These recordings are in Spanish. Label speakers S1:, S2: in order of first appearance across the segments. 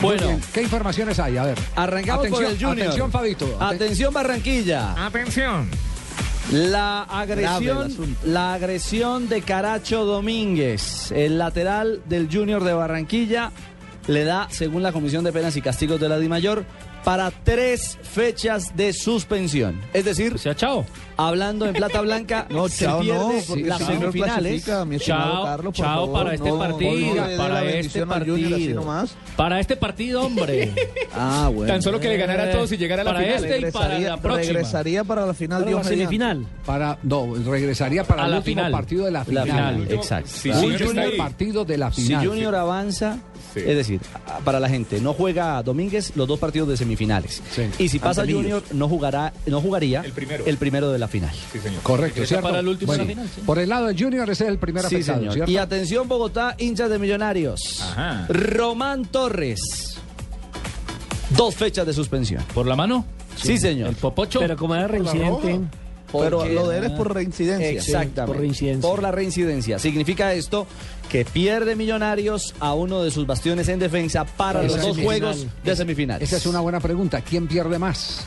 S1: Bueno,
S2: ¿Qué informaciones hay? A ver.
S1: arrancamos
S2: atención,
S1: por el Junior.
S2: Atención, Fabito. Aten-
S1: Atención, Barranquilla.
S3: Atención.
S1: La
S2: Grave el
S1: agresión,
S2: asunto.
S1: la agresión de Caracho Domínguez, el lateral del Junior de Barranquilla, le da, según la Comisión de Penas y Castigos de la DIMAYOR, para tres fechas de suspensión. Es decir,
S3: sea, chao.
S1: hablando en plata blanca, no, se pierde las
S4: si no
S1: semifinales.
S4: clasifica, mi estimado
S3: Chao,
S4: Carlos, por
S3: chao
S4: favor,
S3: para este
S4: no-
S3: partido,
S4: no le dé
S3: para
S4: la
S3: este
S4: bendición al Junior así
S3: partido.
S4: nomás.
S3: Para este partido, hombre.
S1: Ah, bueno.
S5: Tan solo que le ganara a todos y llegara a la
S3: Para
S5: final.
S3: este y para la
S4: Regresaría,
S3: próxima.
S4: regresaría para la final, Dios mediante.
S2: Para, no, regresaría para
S3: A
S2: el
S3: la
S2: último
S3: final.
S2: partido de la
S1: La
S2: final.
S1: final,
S2: Último
S1: exacto.
S5: Sí,
S1: Claro.
S5: sí,
S1: Un
S5: está
S1: Junior
S5: ahí.
S2: partido de la
S1: Si
S2: final.
S1: Junior avanza,
S5: Sí.
S1: es decir, a- para la gente, no juega Domínguez los dos partidos de semifinales.
S2: Sí.
S1: Y si pasa
S4: Ante Millos.
S1: Junior, no jugará, no jugaría
S5: El primero.
S1: de la final.
S5: Sí, señor.
S2: Correcto, ¿cierto?
S3: para el último de la
S2: Bueno,
S3: final, sí.
S2: Por el lado de Junior, ese es el primer
S1: Sí,
S2: afectado,
S1: señor.
S2: ¿cierto?
S1: Y atención, Bogotá, hinchas de Millonarios.
S5: Ajá.
S1: Román Torres. Dos fechas de suspensión.
S3: ¿Por la mano?
S1: Sí, señor.
S3: El popocho.
S6: Pero como era reincidente,
S4: Pero
S1: Porque-
S4: lo de él es por reincidencia.
S1: Exactamente.
S6: por reincidencia.
S1: Por la reincidencia. Significa esto que pierde Millonarios a uno de sus bastiones en defensa para
S2: Esa
S1: los dos
S2: semifinal.
S1: juegos de semifinales.
S2: Esa es una buena pregunta. ¿Quién pierde más?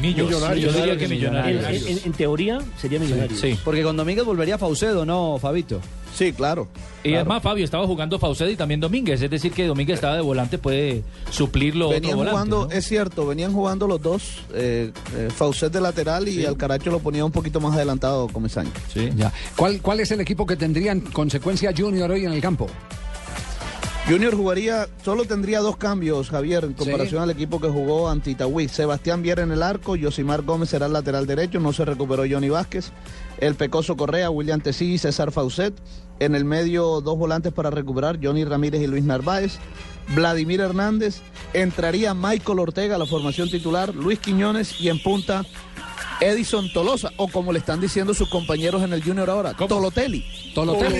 S3: Millos. Yo diría que
S6: en,
S3: millonarios.
S6: en- en teoría sería millonario.
S3: Ah, Sí.
S1: Porque con Domínguez volvería Faucedo, ¿no, Fabito?
S4: Sí, claro.
S3: Y además, Fabio, estaba jugando Fauced y también Domínguez. Es decir, que Domínguez estaba de volante, puede suplirlo otro
S4: Venían
S3: volante.
S4: jugando,
S3: ¿no?
S4: es cierto, venían jugando los dos, eh, eh, Faucet de lateral y al Caracho lo ponía un poquito más adelantado, Comesaña.
S3: Sí.
S2: Ya. ¿Cuál, ¿Cuál es el equipo que tendría en consecuencia Junior hoy en el campo?
S4: Junior jugaría, solo tendría dos cambios, Javier, en comparación al equipo que jugó ante Itagüí. Sebastián Viera en el arco, Yosimar Gómez será el lateral derecho, no se recuperó Johnny Vázquez. El Pecoso Correa, William Tesí y César Faucet. En el medio, dos volantes para recuperar, Johnny Ramírez y Luis Narváez. Vladimir Hernández, entraría Michael Ortega a la formación titular, Luis Quiñones y en punta Edison Tolosa, o como le están diciendo sus compañeros en el Junior ahora, Toloteli.
S2: Tolotelo.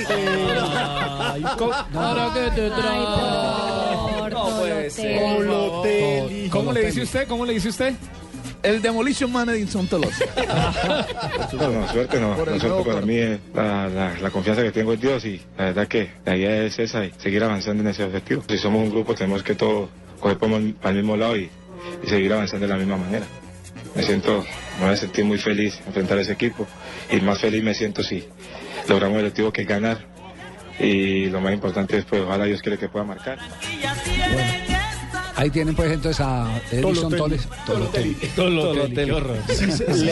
S1: No puede ser.
S5: ¿Cómo le dice usted? ¿Cómo le dice usted?
S4: El Demolition Man Edison Tolosa.
S7: No, no, suerte no.
S4: Por el
S7: No, suerte
S4: nuevo
S7: para
S4: cor-
S7: mí es la, la- la confianza que tengo en Dios y la verdad que la idea es esa y seguir avanzando en ese objetivo. Si somos un grupo tenemos que todos coger por el- para el mismo lado y, y seguir avanzando de la misma manera. Me siento, me voy a sentir muy feliz enfrentar a ese equipo y más feliz me siento si logramos el objetivo que es ganar y lo más importante es pues ojalá Dios quiere que pueda marcar.
S2: Ahí tienen pues entonces a Edison Toles. Tolotelo.
S3: Toloteli, qué horror.
S1: Le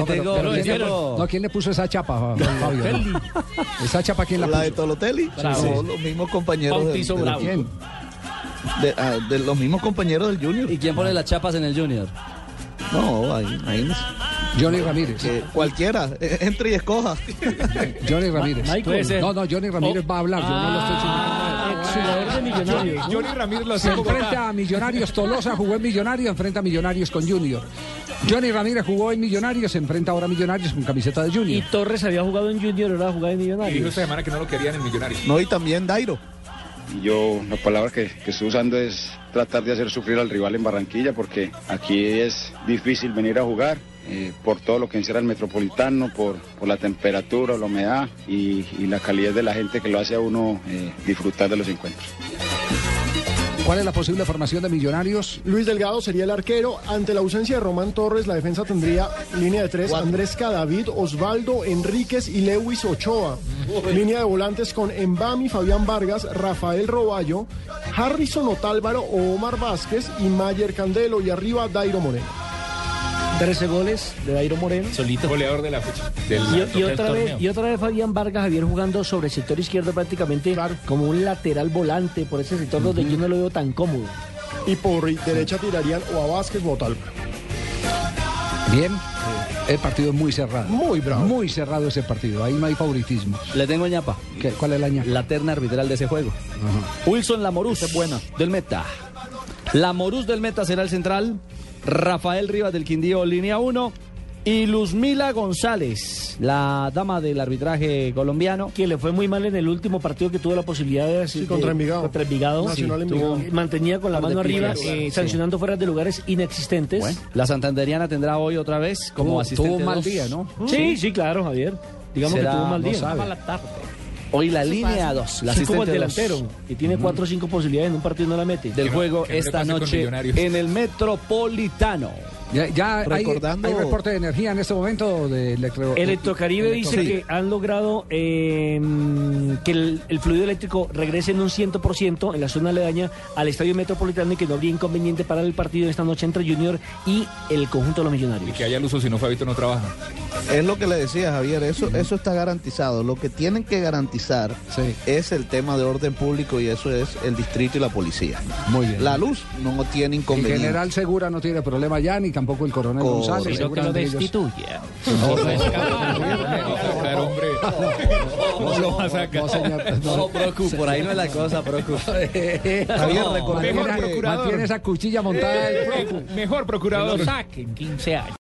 S2: No, pero-
S1: tengo,
S2: pero
S1: le
S2: ¿quién le
S1: tengo-
S2: pu- no, ¿quién le puso esa chapa, Fabio? ¿Esa chapa quién la
S4: La,
S2: puso?
S4: de Tolotelli.
S3: Bravo.
S4: No, los mismos compañeros. Del,
S3: Bautizo
S4: del-
S3: Bravo.
S2: ¿Quién?
S4: de- ah, de los mismos compañeros del Junior.
S1: ¿Y quién pone las chapas en el Junior?
S4: No, ahí, ahí no sé.
S2: Johnny Ramírez.
S4: Eh, cualquiera, eh, entre y escoja.
S2: Johnny Ramírez.
S6: Michael.
S3: Puede ser.
S2: No, no, Johnny Ramírez
S3: Oh.
S2: va a hablar, yo no lo estoy
S6: Ah, ex jugador de millonarios. ¿no?
S5: Johnny Ramírez lo
S2: Se
S5: hacía
S2: enfrenta a Millonarios Tolosa, jugó en Millonarios, enfrenta a Millonarios con Junior. Johnny Ramírez jugó en Millonarios, se enfrenta ahora a Millonarios con camiseta de
S6: Y
S2: Junior.
S6: Torres había jugado en Junior, ahora jugaba en
S5: Y dijo
S6: Millonarios.
S5: esta semana que no lo querían en Millonarios.
S4: No, y también Dairo.
S7: Yo, la palabra que, que estoy usando es tratar de hacer sufrir al rival en Barranquilla, porque aquí es difícil venir a jugar eh, por todo lo que encierra el metropolitano, por, por la temperatura, la humedad y, y la calidad de la gente que lo hace a uno eh, disfrutar de los encuentros.
S2: ¿Cuál es la posible formación de Millonarios?
S8: Luis Delgado sería el arquero. Ante la ausencia de Román Torres, la defensa tendría línea de tres, Andrés Cadavid, Osvaldo, Enríquez y Lewis Ochoa. Línea de volantes con Embami, Fabián Vargas, Rafael Roballo, Harrison Otálvaro o Omar Vázquez y Mayer Candelo. Y arriba, Dairo Moreno.
S6: 13 goles de Dairo Moreno.
S3: Solito.
S5: Goleador de la fecha.
S6: Y,
S3: Del-
S6: y
S3: del
S6: otra
S3: torneo.
S6: vez, y otra vez Fabián Vargas Javier jugando sobre el sector izquierdo prácticamente como un lateral volante por ese sector donde yo no lo veo tan cómodo.
S8: Y por derecha tirarían o a Vázquez o a Otálvaro.
S2: Bien. El partido es muy cerrado. Muy bravo. Muy cerrado ese partido. Ahí no hay favoritismo.
S1: Le tengo ñapa.
S2: ¿Cuál es la ñapa?
S1: La terna arbitral de ese juego. Wilson Lamoruz. Es buena. Del meta. Lamoruz del meta será el central. Rafael Rivas del Quindío, línea 1. Y Luzmila González, la dama del arbitraje colombiano.
S6: Que le fue muy mal en el último partido que tuvo la posibilidad de
S8: Sí, contra Envigado.
S6: contra Envigado.
S8: Nacional
S6: Sí,
S8: Envigado.
S6: tuvo- mantenía con la
S1: Par de
S6: mano arriba,
S1: pilares.
S6: eh,
S1: Sí.
S6: sancionando fuera de lugares inexistentes.
S1: Bueno, la santanderiana tendrá hoy otra vez como
S2: Tuvo-
S1: asistente.
S2: Oh, tuvo un mal
S1: dos.
S2: día, ¿no?
S6: Sí, sí, claro, Javier. Digamos
S1: Será-
S6: que tuvo un mal
S1: no
S6: día.
S1: sabe.
S6: Mala tarde.
S1: Hoy la línea 2. La
S6: Sí, como el
S1: asistente dos
S6: delantero, que tiene cuatro o cinco posibilidades en un partido y no la mete.
S1: del juego
S5: que no le
S1: esta
S5: pase con
S1: noche
S5: Millonarios.
S1: en el Metropolitano.
S2: Ya, ya hay-
S4: Recordando-
S2: hay, reporte de energía en este momento de electro...
S6: Electrocaribe dice que han logrado eh, que el, el fluido eléctrico regrese en un 100% en la zona aledaña al estadio metropolitano y que no habría inconveniente para el partido esta noche entre Junior y el conjunto de los
S5: Y
S6: Millonarios.
S5: que haya luz o si no, Fabito no trabaja.
S4: Es lo que le decía Javier, eso, eso está garantizado. Lo que tienen que garantizar
S2: Sí.
S4: es el tema de orden público y eso es el distrito y la policía.
S2: Muy bien.
S4: La luz no tiene
S2: El
S4: inconveniente.
S2: general Segura no tiene problema ya, ni tampoco el coronel
S4: Con-
S2: González.
S3: Sino que lo
S2: seguramente ellos-
S3: destituya. No, no,
S5: Claro, hombre.
S2: No,
S5: Lo
S2: no,
S5: saca.
S2: no, señor, no.
S1: No, Procu, por ahí no es la cosa, Procu.
S4: Javier, recordemos
S2: Mantiene,
S4: que-
S3: Eh,
S2: mantiene esa cuchilla montada. del profe.
S5: Mejor
S3: Lo
S5: procurador.
S3: saquen 15 años.